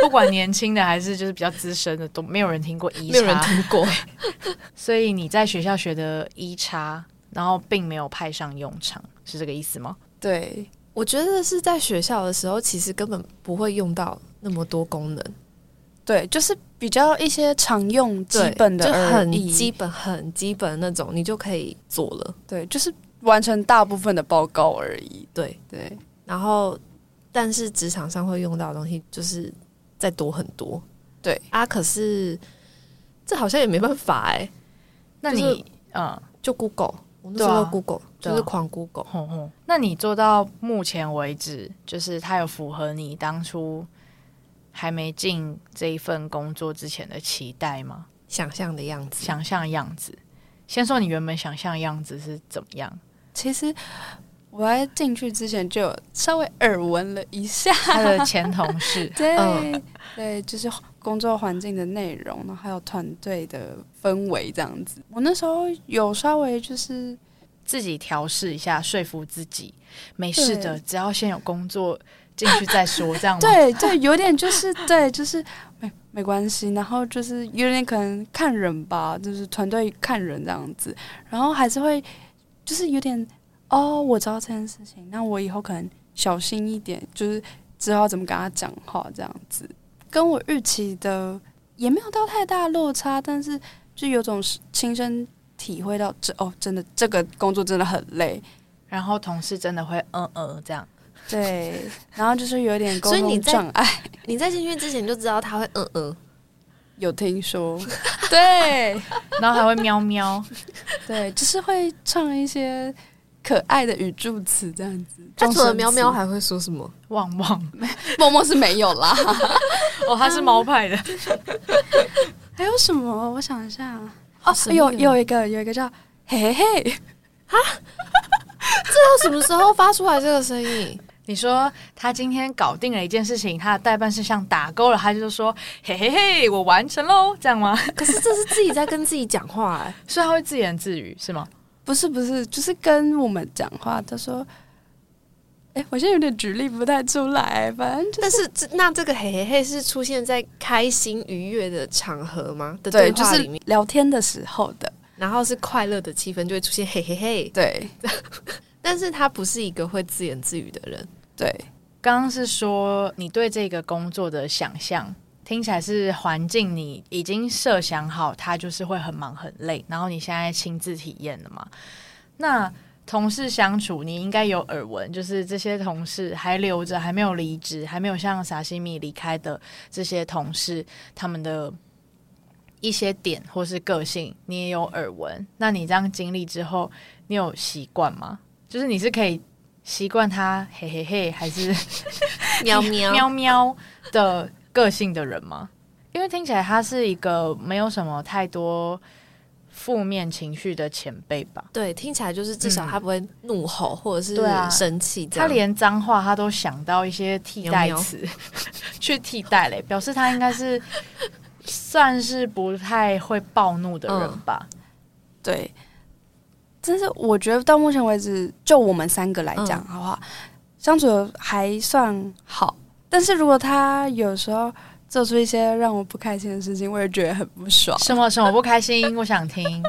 Speaker 1: 不管年轻的还是就是比较资深的，都没有人听过一
Speaker 3: 没有人
Speaker 1: 叉。
Speaker 3: 听 过，
Speaker 1: 所以你在学校学的一叉，然后并没有派上用场，是这个意思吗？
Speaker 2: 对，
Speaker 3: 我觉得是在学校的时候，其实根本不会用到那么多功能，
Speaker 2: 对，就是比较一些常用基
Speaker 3: 对
Speaker 2: 本的
Speaker 3: 就
Speaker 2: 而
Speaker 3: 很
Speaker 2: 已
Speaker 3: 基本、很基本的那种，你就可以做了。
Speaker 2: 对，就是完成大部分的报告而已。
Speaker 3: 对，
Speaker 2: 对，
Speaker 3: 然后但是职场上会用到的东西就是再多很多。
Speaker 2: 对
Speaker 3: 啊，可是这好像也没办法哎、
Speaker 1: 那
Speaker 3: 就是
Speaker 1: 你嗯，
Speaker 3: 就 Google，我那时候
Speaker 1: 对啊
Speaker 3: Google、
Speaker 1: 对
Speaker 3: 就
Speaker 1: 啊
Speaker 3: 是狂 Google。
Speaker 1: 吼吼，那你做到目前为止，就是它有符合你当初还没进这一份工作之前的期待吗？
Speaker 3: 想象的样子，
Speaker 1: 想象样子，先说你原本想象样子是怎么样？
Speaker 2: 其实我在进去之前就有稍微耳闻了一下，，
Speaker 1: 他的前同事
Speaker 2: 对、
Speaker 3: 嗯
Speaker 2: 对，就是工作环境的内容，然后还有团队的氛围这样子。我那时候有稍微就是
Speaker 1: 自己调试一下，说服自己没事的，
Speaker 2: 对
Speaker 1: 只要先有工作进去再说，这样吗？
Speaker 2: 对对，有点就是对，就是没没关系，然后就是有点可能看人吧，就是团队看人这样子，然后还是会就是有点哦，我知道这件事情，那我以后可能小心一点，就是知道怎么跟他讲话这样子，跟我预期的也没有到太大落差，但是就有种是亲身体会到这哦，真的这个工作真的很累。
Speaker 1: 然后同事真的会嗯嗯这样，
Speaker 2: 对， 然后就是有点沟
Speaker 3: 所以你
Speaker 2: 通
Speaker 3: 在
Speaker 2: 障碍，
Speaker 3: 你在进去之前就知道他会嗯嗯，
Speaker 2: 有听说？ 对，
Speaker 1: 然后还会喵喵，
Speaker 2: 对，就是会唱一些可爱的语助词这样子。
Speaker 3: 他除
Speaker 2: 撞
Speaker 3: 了
Speaker 2: 声
Speaker 3: 喵喵
Speaker 2: 词
Speaker 3: 还会说什么？
Speaker 1: 旺旺。
Speaker 2: 默默是没有啦。
Speaker 1: 哦，他是猫派的，
Speaker 2: 还有什么？我想一下， 啊
Speaker 3: 哦
Speaker 2: 有有一个有一个叫嘿嘿嘿，
Speaker 3: 到什么时候发出来这个声音？
Speaker 1: 你说他今天搞定了一件事情，他的代办事项打勾了，他就说嘿嘿嘿，我完成喽，这样吗？
Speaker 3: 可是这是自己在跟自己讲话 哎、
Speaker 1: 所以他会自言自语是吗？
Speaker 2: 不是不是，就是跟我们讲话。他说，哎、我现在有点举例不太出来，反正就
Speaker 3: 但是这那这个嘿嘿嘿是出现在开心愉悦的场合吗？的
Speaker 2: 对，就
Speaker 3: 话
Speaker 2: 是
Speaker 3: 里面，
Speaker 2: 聊天的时候的。
Speaker 3: 然后是快乐的气氛就会出现嘿嘿嘿，
Speaker 2: 对
Speaker 3: 但是他不是一个会自言自语的 人，
Speaker 2: 对
Speaker 1: 刚刚是说你对这个工作的想象，听起来是环境你已经设想好，它就是会很忙很累，然后你现在亲自体验了嘛？那同事相处，你应该有耳闻，就是这些同事还留着，还没有离职，还没有像沙西米离开的这些同事，他们的一些点或是个性，你也有耳闻。那你这样经历之后，你有习惯吗？就是你是可以习惯他嘿嘿嘿，还是
Speaker 3: 喵喵
Speaker 1: 喵喵的个性的人吗？因为听起来他是一个没有什么太多负面情绪的前辈吧。
Speaker 3: 对，听起来就是至少他不会怒吼或者是
Speaker 1: 对啊
Speaker 3: 生气这
Speaker 1: 他
Speaker 3: 样。
Speaker 1: 连脏话他都想到一些替代词 去替代嘞，表示他应该是算是不太会暴怒的人吧。
Speaker 3: 嗯
Speaker 2: 对，但是我觉得到目前为止，就我们三个来讲
Speaker 3: 嗯
Speaker 2: 的话，相处得还算好。但是如果他有时候做出一些让我不开心的事情，我也觉得很不爽。
Speaker 1: 什么什么不开心，我想 听。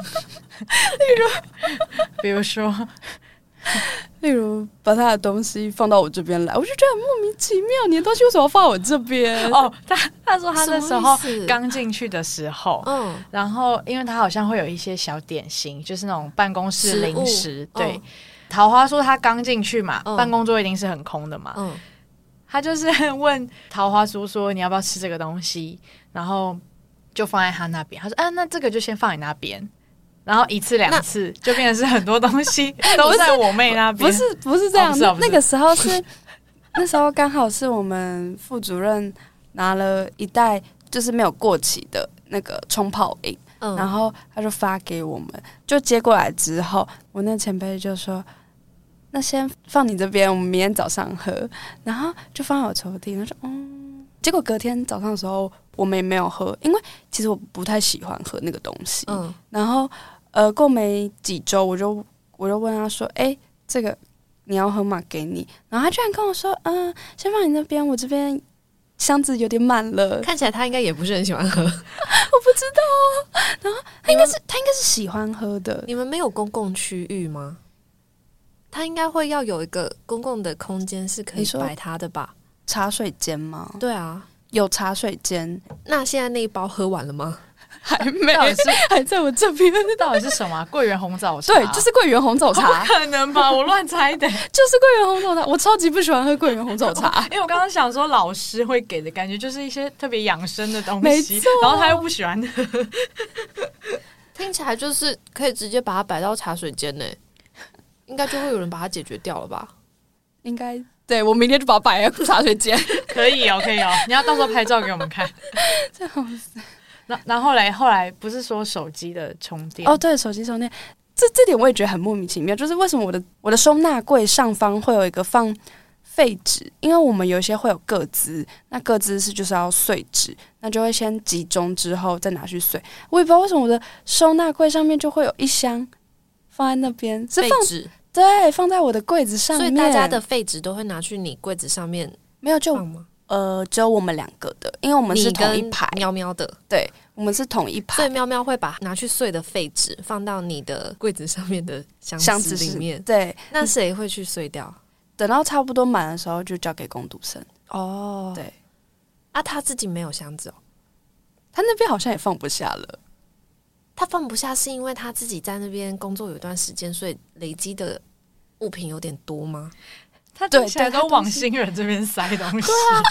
Speaker 1: 比如，比如说，
Speaker 2: 例如把他的东西放到我这边来，我就觉得很莫名其妙，你的东西为什么要放我这边？
Speaker 1: 哦，他他说他那时候
Speaker 3: 什么意思
Speaker 1: 刚进去的时候，
Speaker 3: 嗯，
Speaker 1: 然后因为他好像会有一些小点心，就是那种办公室
Speaker 3: 食
Speaker 1: 零
Speaker 3: 物
Speaker 1: 食。
Speaker 3: 嗯
Speaker 1: 对，桃花说他刚进去嘛，
Speaker 3: 嗯
Speaker 1: 办公桌一定是很空的嘛，
Speaker 3: 嗯，
Speaker 1: 他就是问桃花叔说你要不要吃这个东西，然后就放在他那边。他说啊，那这个就先放你那边。然后一次两次就变成是很多东西 都在我妹那边，
Speaker 2: 哎不是不是这样，
Speaker 1: 哦不是哦不是
Speaker 2: 那个时候是那时候刚好是我们副主任拿了一袋就是没有过期的那个冲泡饮，
Speaker 3: 嗯
Speaker 2: 然后他就发给我们，就接过来之后，我那前辈就说。那先放你这边，我们明天早上喝。然后就放在我抽屉，他说嗯。结果隔天早上的时候，我们也没有喝，因为其实我不太喜欢喝那个东西。
Speaker 3: 嗯
Speaker 2: 然后呃，过没几周，我就我就问他说：“哎、这个你要喝吗？给你。”然后他居然跟我说：“嗯，先放你那边，我这边箱子有点满了。”
Speaker 3: 看起来他应该也不是很喜欢喝。
Speaker 2: 他应该是他应该是喜欢喝的，
Speaker 3: 你们没有公共区域吗？他应该会要有一个公共的空间是可以
Speaker 2: 你说
Speaker 3: 摆他的吧？
Speaker 2: 茶水间吗？
Speaker 3: 对啊，
Speaker 2: 有茶水间，
Speaker 3: 那现在那一包喝完了吗？
Speaker 2: 还没
Speaker 1: 到底是
Speaker 2: 还在我这边。
Speaker 1: 到底是什么啊、桂圆红枣茶？
Speaker 2: 对， 就是桂圆红枣茶，
Speaker 1: 可能吧，我乱猜的。
Speaker 2: Oh 就是桂圆红枣茶。我超级不喜欢喝桂圆红枣茶
Speaker 1: ，因为我刚刚想说老师会给的感觉就是一些特别养生的东
Speaker 2: 没
Speaker 1: 西
Speaker 2: 错，
Speaker 1: 然后他又不喜欢喝，
Speaker 3: 听起来就是可以直接把它摆到茶水间呢、 应该就会有人把它解决掉了吧？
Speaker 2: 应该对我明天就把它摆在茶水间。
Speaker 1: 可以哦，可以哦，你要到时候拍照给我们看。
Speaker 2: 这样
Speaker 1: 那然后来后来不是说手机的充电
Speaker 2: 哦，对，手机充电，这这点我也觉得很莫名其妙，就是为什么我的我的收纳柜上方会有一个放废纸？因为我们有一些会有各资，那各资是就是要碎纸，那就会先集中之后再拿去碎。我也不知道为什么我的收纳柜上面就会有一箱放在那边，是
Speaker 3: 废
Speaker 2: 放
Speaker 3: 纸，
Speaker 2: 对放在我的柜子上
Speaker 3: 所
Speaker 2: 面，
Speaker 3: 以大家的废纸都会拿去你柜子上面
Speaker 2: 没有就
Speaker 3: 放吗？
Speaker 2: 呃只有我们两个的，因为我们是
Speaker 3: 你
Speaker 2: 同
Speaker 3: 跟
Speaker 2: 一排，
Speaker 3: 喵喵的，
Speaker 2: 对，我们是同一
Speaker 3: 所以
Speaker 2: 排。
Speaker 3: 喵喵会把拿去碎的废纸放到你的柜子上面的箱
Speaker 2: 箱子
Speaker 3: 里
Speaker 2: 是嗯
Speaker 3: 面。
Speaker 2: 对，
Speaker 3: 那谁会去碎掉？
Speaker 2: 等到差不多满的时候就交给工读生。
Speaker 3: 哦
Speaker 2: 对，
Speaker 3: 啊，他自己没有箱子哦，
Speaker 2: 他那边好像也放不下了。
Speaker 3: 他放不下是因为他自己在那边工作有一段时间，所以累积的物品有点多吗？
Speaker 1: 他
Speaker 2: 对
Speaker 1: 听起来
Speaker 2: 对他
Speaker 1: 都
Speaker 2: 东
Speaker 1: 往
Speaker 2: 西
Speaker 1: 新人这边塞东西，
Speaker 2: 啊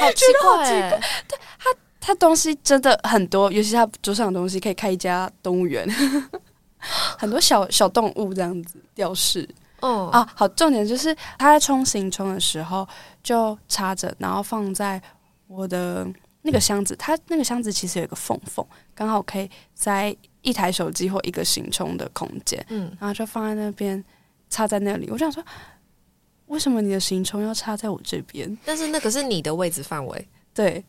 Speaker 3: 好奇怪欸、
Speaker 2: 他东西真的很多，尤其他桌上的东西可以开一家动物园， 很多小小动物这样子吊饰
Speaker 3: 哦、
Speaker 2: 啊。好，重点就是他在冲行冲的时候就插着，然后放在我的那个箱子，他那个箱子其实有一个缝缝，刚好可以塞一台手机或一个行充的空间，
Speaker 3: 嗯，
Speaker 2: 然后就放在那边插在那里。我就想说，为什么你的行充要插在我这边？
Speaker 3: 但是那个是你的位置范围，
Speaker 2: 对，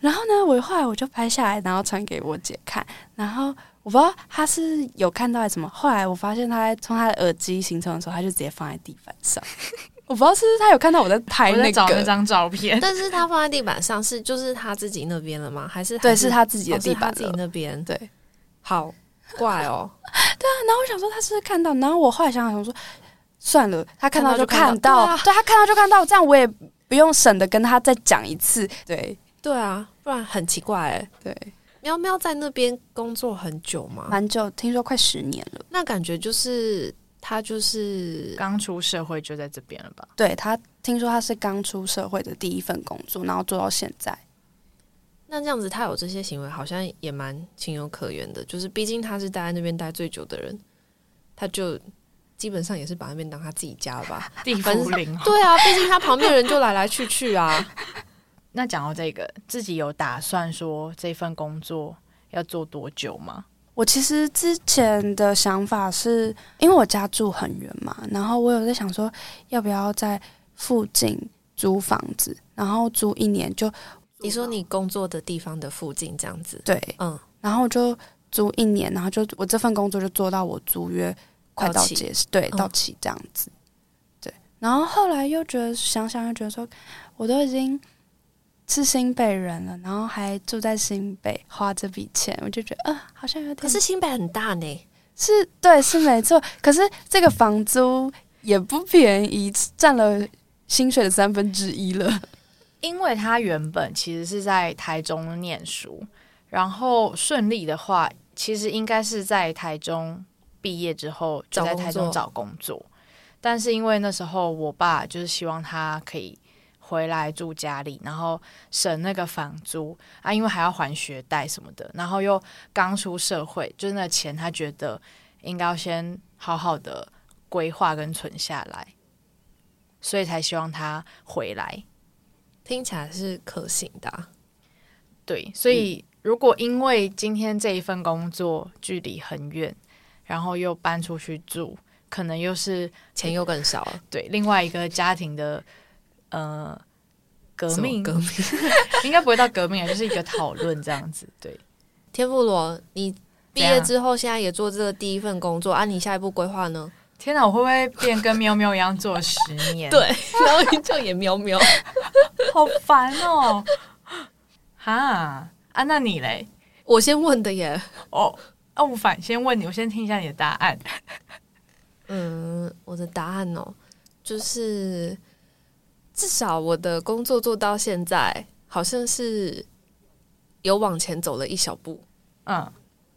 Speaker 2: 然后呢，我后来我就拍下来，然后传给我姐看，然后我不知道她是有看到还是什么，后来我发现她在从她的耳机行程的时候，她就直接放在地板上， 我不知道是不是她有看到我在拍
Speaker 1: 我在
Speaker 2: 那
Speaker 1: 找那
Speaker 2: 个，
Speaker 1: 张照
Speaker 2: 哎
Speaker 1: 片。
Speaker 3: 但是他放在地板上是就是他自己那边了吗？还是
Speaker 2: 对，
Speaker 3: 还
Speaker 2: 是她自己
Speaker 3: 哦
Speaker 2: 的
Speaker 3: 是
Speaker 2: 地
Speaker 3: 他
Speaker 2: 板
Speaker 3: 自己
Speaker 2: 了。
Speaker 3: 那边？
Speaker 2: 对，
Speaker 3: 好怪哦，
Speaker 2: 然后我想说她是不是看到，然后我后来想想说，算了，她看到就
Speaker 3: 看到
Speaker 2: 看到，
Speaker 3: 就看到
Speaker 2: 对她看到就看到，这样我也不用省的跟她再讲一次。对
Speaker 3: 对啊，不然很奇怪哎、
Speaker 2: 对，
Speaker 3: 喵喵在那边工作很久吗？
Speaker 2: 蛮久，听说快十年了。
Speaker 3: 那感觉就是他就是
Speaker 1: 刚出社会就在这边了吧？
Speaker 2: 对他听说他是刚出社会的第一份工作，然后做到现在。
Speaker 3: 那这样子，他有这些行为，好像也蛮情有可原的。就是毕竟他是待在那边待最久的人，他就基本上也是把那边当他自己家了 吧。
Speaker 2: 啊
Speaker 1: 地府灵哦。
Speaker 3: 对啊，毕竟他旁边人就来来去去啊。
Speaker 1: 那讲到这个，自己有打算说这份工作要做多久吗？
Speaker 2: 我其实之前的想法是，因为我家住很远嘛，然后我有在想说，要不要在附近租房子，然后租一年就
Speaker 3: 你说你工作的地方的附近这样子，
Speaker 2: 对，
Speaker 3: 嗯，
Speaker 2: 然后就租一年，然后就我这份工作就做到我租约快到
Speaker 3: 到期
Speaker 2: 结束，对，
Speaker 3: 嗯
Speaker 2: 到期这样子。对，然后后来又觉得想想又觉得说，我都已经是新北人了，然后还住在新北，花这笔钱，我就觉得，呃，好像有点
Speaker 3: 可是新北很大呢，
Speaker 2: 是对，是没错。可是这个房租也不便宜，占了薪水的三分之一了。
Speaker 1: 因为他原本其实是在台中念书，然后顺利的话，其实应该是在台中毕业之后就在台中找工作。但是因为那时候我爸就是希望他可以回来住家里，然后省那个房租啊，因为还要还学贷什么的，然后又刚出社会，就是那钱他觉得应该要先好好的规划跟存下来，所以才希望他回来。
Speaker 3: 听起来是可行的啊、
Speaker 1: 对，
Speaker 3: 嗯
Speaker 1: 所以如果因为今天这一份工作距离很远，然后又搬出去住，可能又是
Speaker 3: 钱又更少了。
Speaker 1: 对另外一个家庭的呃革
Speaker 3: 什么
Speaker 1: 命，
Speaker 3: 革命。
Speaker 1: 应该不会到革命啊，就是一个讨论这样子。对，
Speaker 3: 天妇罗，你毕
Speaker 1: 怎
Speaker 3: 业
Speaker 1: 样
Speaker 3: 之后现在也做这个第一份工作啊？你下一步规划呢？
Speaker 1: 天哪，我会不会变跟喵喵一样做十年？，，
Speaker 3: 然后你就也喵喵。
Speaker 1: 好烦哦。哈啊，那你嘞？
Speaker 3: 我先问的耶，
Speaker 1: 哦，啊，我反先问你，我先听一下你的答案。
Speaker 3: 嗯，我的答案哦，就是至少我的工作做到现在，好像是有往前走了一小步。
Speaker 1: 嗯，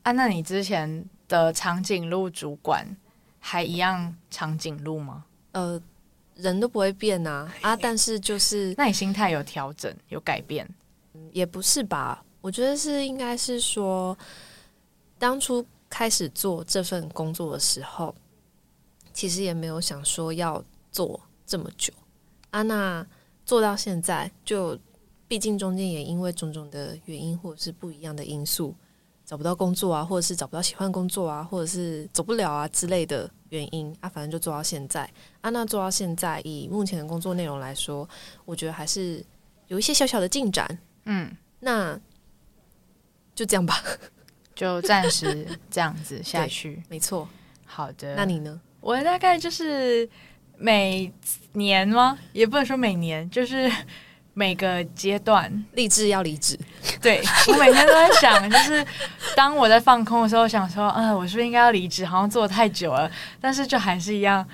Speaker 1: 啊，那你之前的长颈鹿主管还一样长颈鹿吗？
Speaker 3: 呃，人都不会变啊啊，但是就是
Speaker 1: 那你心态有调整、有改变？
Speaker 3: 也不是吧？我觉得是应该是说，当初开始做这份工作的时候，其实也没有想说要做这么久。安娜做到现在，就毕竟中间也因为种种的原因或者是不一样的因素，找不到工作啊，或者是找不到喜欢的工作啊，或者是走不了啊之类的原因啊，反正就做到现在。安娜做到现在，以目前的工作内容来说，我觉得还是有一些小小的进展。
Speaker 1: 嗯，
Speaker 3: 那就这样吧，。
Speaker 1: 就暂时这样子下去
Speaker 3: 没错。
Speaker 1: 好的，
Speaker 3: 那你呢？
Speaker 1: 我大概就是每年吗？也不能说每年，就是 每个阶段。
Speaker 3: 立志要离职，
Speaker 1: 对我每天都在想，就是当我在放空的时候，想说，嗯、我是不是应该要离职？好像做得太久了，但是就还是一样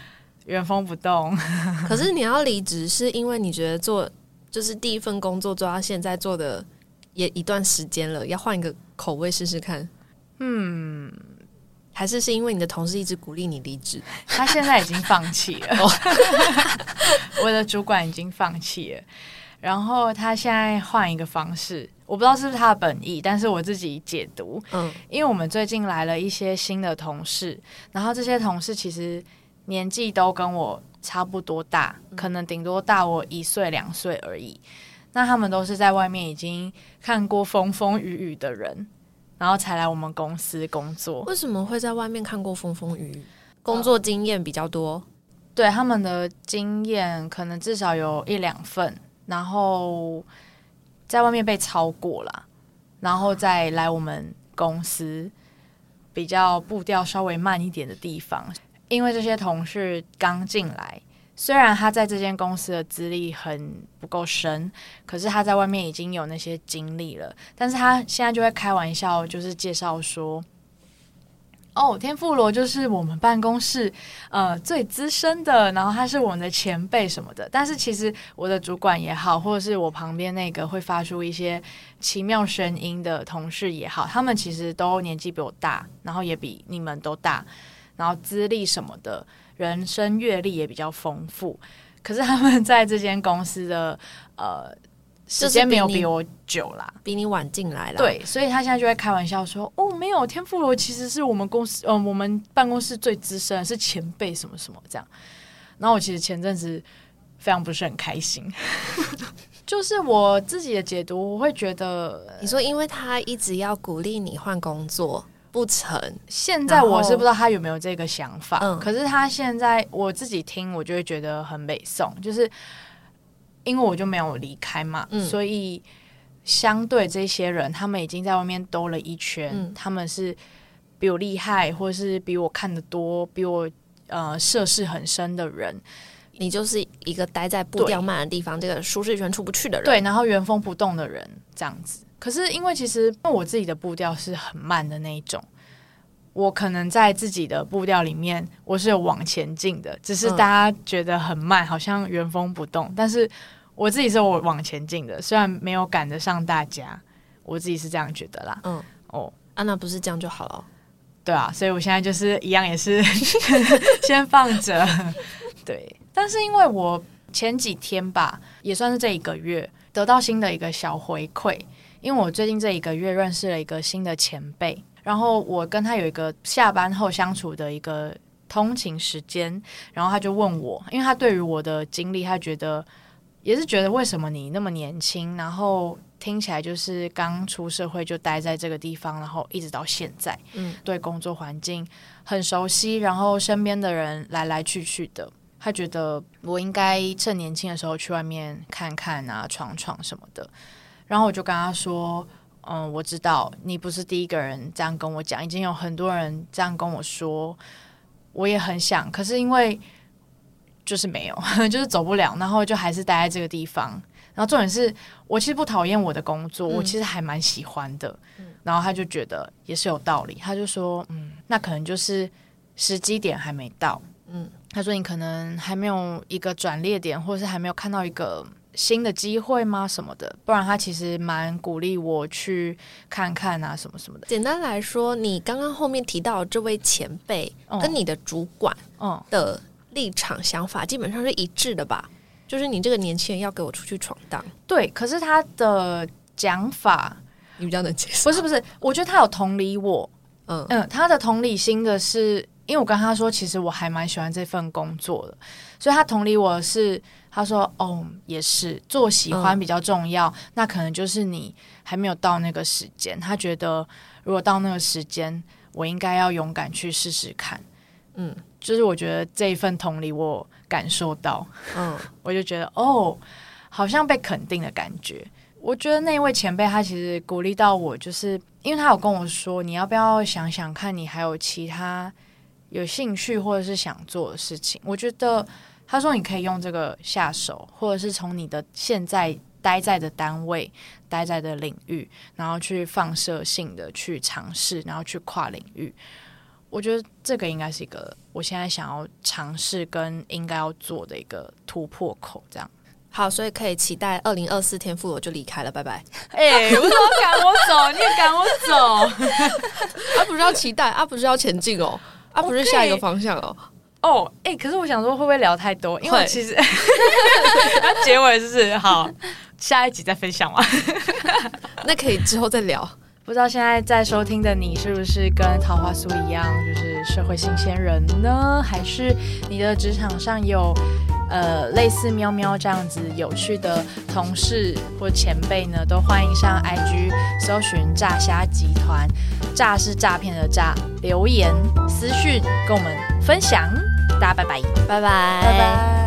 Speaker 1: 原封不动。
Speaker 3: 可是你要离职是因为你觉得做就是第一份工作做到现在做的也一段时间了，要换一个口味试试看，
Speaker 1: 嗯。
Speaker 3: 还是是因为你的同事一直鼓励你离职？
Speaker 1: 他现在已经放弃了， 我的主管已经放弃了，然后他现在换一个方式，我不知道是不是他的本意，但是我自己解读，
Speaker 3: 嗯，
Speaker 1: 因为我们最近来了一些新的同事，然后这些同事其实年纪都跟我差不多大，可能顶多大我一岁两岁而已。那他们都是在外面已经看过风风雨雨的人，然后才来我们公司工作。
Speaker 3: 为什么会在外面看过风风雨雨？工作经验比较多，
Speaker 1: 对他们的经验，可能至少有一两份，然后在外面被超过啦，然后再来我们公司比较步调稍微慢一点的地方，因为这些同事刚进来。虽然他在这间公司的资历很不够深，可是他在外面已经有那些经历了。但是他现在就会开玩笑，就是介绍说：“哦，天妇罗就是我们办公室呃最资深的，然后他是我们的前辈什么的。但是其实我的主管也好，或者是我旁边那个会发出一些奇妙声音的同事也好，他们其实都年纪比我大，然后也比你们都大。然后资历什么的，人生阅历也比较丰富。可是他们在这间公司的呃时间没有比我久啦，
Speaker 3: 比你晚进来了。，
Speaker 1: 对，所以他现在就会开玩笑说：“哦，没有，天妇罗其实是我们公司，嗯、我们办公室最资深的，是前辈什么什么这样。”然后我其实前阵子非常不是很开心， 就是我自己的解读，我会觉得
Speaker 3: 你说因为他一直要鼓励你换工作不成，
Speaker 1: 现在我是不知道他有没有这个想法，
Speaker 3: 嗯
Speaker 1: 可是他现在我自己听，我就会觉得很美颂，就是因为我就没有离开嘛，
Speaker 3: 嗯
Speaker 1: 所以相对这些人，他们已经在外面兜了一圈，
Speaker 3: 嗯
Speaker 1: 他们是比我厉害，或是比我看得多，比我呃涉世很深的人，
Speaker 3: 你就是一个待在步调慢的地方，这个舒适圈出不去的人。
Speaker 1: 对，然后原封不动的人这样子。可是因为其实因为我自己的步调是很慢的那一种，我可能在自己的步调里面我是有往前进的，只是
Speaker 3: 嗯
Speaker 1: 大家觉得很慢，好像原封不动，但是我自己是我往前进的，虽然没有赶得上大家，我自己是这样觉得啦。
Speaker 3: 嗯，
Speaker 1: 哦，
Speaker 3: 啊，那不是这样就好了。
Speaker 1: 对啊，所以我现在就是一样也是 先放着。对，但是因为我前几天吧，也算是这一个月得到新的一个小回馈，因为我最近这一个月认识了一个新的前辈，然后我跟他有一个下班后相处的一个通勤时间，然后他就问我，因为他对于我的经历，他觉得也是觉得为什么你那么年轻，然后听起来就是刚出社会就待在这个地方，然后一直到现在，
Speaker 3: 嗯，
Speaker 1: 对工作环境很熟悉，然后身边的人来来去去的。他觉得我应该趁年轻的时候去外面看看啊，闯闯什么的。然后我就跟他说：“嗯，我知道你不是第一个人这样跟我讲，已经有很多人这样跟我说，我也很想，可是因为就是没有， 就是走不了，然后就还是待在这个地方。然后重点是我其实不讨厌我的工作，我
Speaker 3: 嗯
Speaker 1: 其实还蛮喜欢的。然后他就觉得也是有道理，他就说：嗯，那可能就是时机点还没到。
Speaker 3: 嗯
Speaker 1: 嗯，他说你可能还没有一个转捩点，或者是还没有看到一个新的机会吗？什么的，不然他其实蛮鼓励我去看看啊，什么什么的。
Speaker 3: 简单来说，你刚刚后面提到的这位前辈
Speaker 1: 嗯
Speaker 3: 跟你的主管
Speaker 1: 嗯，
Speaker 3: 的立场想法基本上是一致的吧？就是你这个年轻人要给我出去闯荡，
Speaker 1: 对。可是他的讲法
Speaker 3: 你比较能接受。
Speaker 1: 不是不是，我觉得他有同理我，
Speaker 3: 嗯
Speaker 1: 嗯，他的同理心的是，因为我跟他说，其实我还蛮喜欢这份工作的，所以他同理我的是，他说，哦，也是做喜欢
Speaker 3: 嗯
Speaker 1: 比较重要，那可能就是你还没有到那个时间，他觉得如果到那个时间，我应该要勇敢去试试看，
Speaker 3: 嗯
Speaker 1: 就是我觉得这一份同理我感受到，
Speaker 3: 嗯，
Speaker 1: 我就觉得哦，好像被肯定的感觉。我觉得那一位前辈他其实鼓励到我，就是因为他有跟我说，你要不要想想看，你还有其他有兴趣或者是想做的事情。我觉得他说你可以用这个下手，或者是从你的现在待在的单位、待在的领域，然后去放射性的去尝试，然后去跨领域。我觉得这个应该是一个我现在想要尝试跟应该要做的一个突破口，这样。
Speaker 3: 好，所以可以期待二零二四天赋我就离开了，拜拜。
Speaker 1: 哎、为什么赶我走？你也赶我走？
Speaker 3: 啊，不是要期待，啊，不是要前进哦，啊，不是
Speaker 1: 我可以
Speaker 3: 下一个方向哦。
Speaker 1: 哦，哎，可是我想说，会不会聊太多？因为
Speaker 3: 会
Speaker 1: 其 实要结尾是不是好，下一集再分享嘛。
Speaker 3: 那可以之后再聊。
Speaker 1: 不知道现在在收听的你是不是跟桃花酥一样，就是社会新鲜人呢？还是你的职场上有呃类似喵喵这样子有趣的同事或前辈呢？都欢迎上 IG 搜寻“诈虾集团”，诈是诈骗的诈，留言私讯跟我们分享。大家拜拜，
Speaker 3: 拜拜，拜
Speaker 1: 哎拜拜。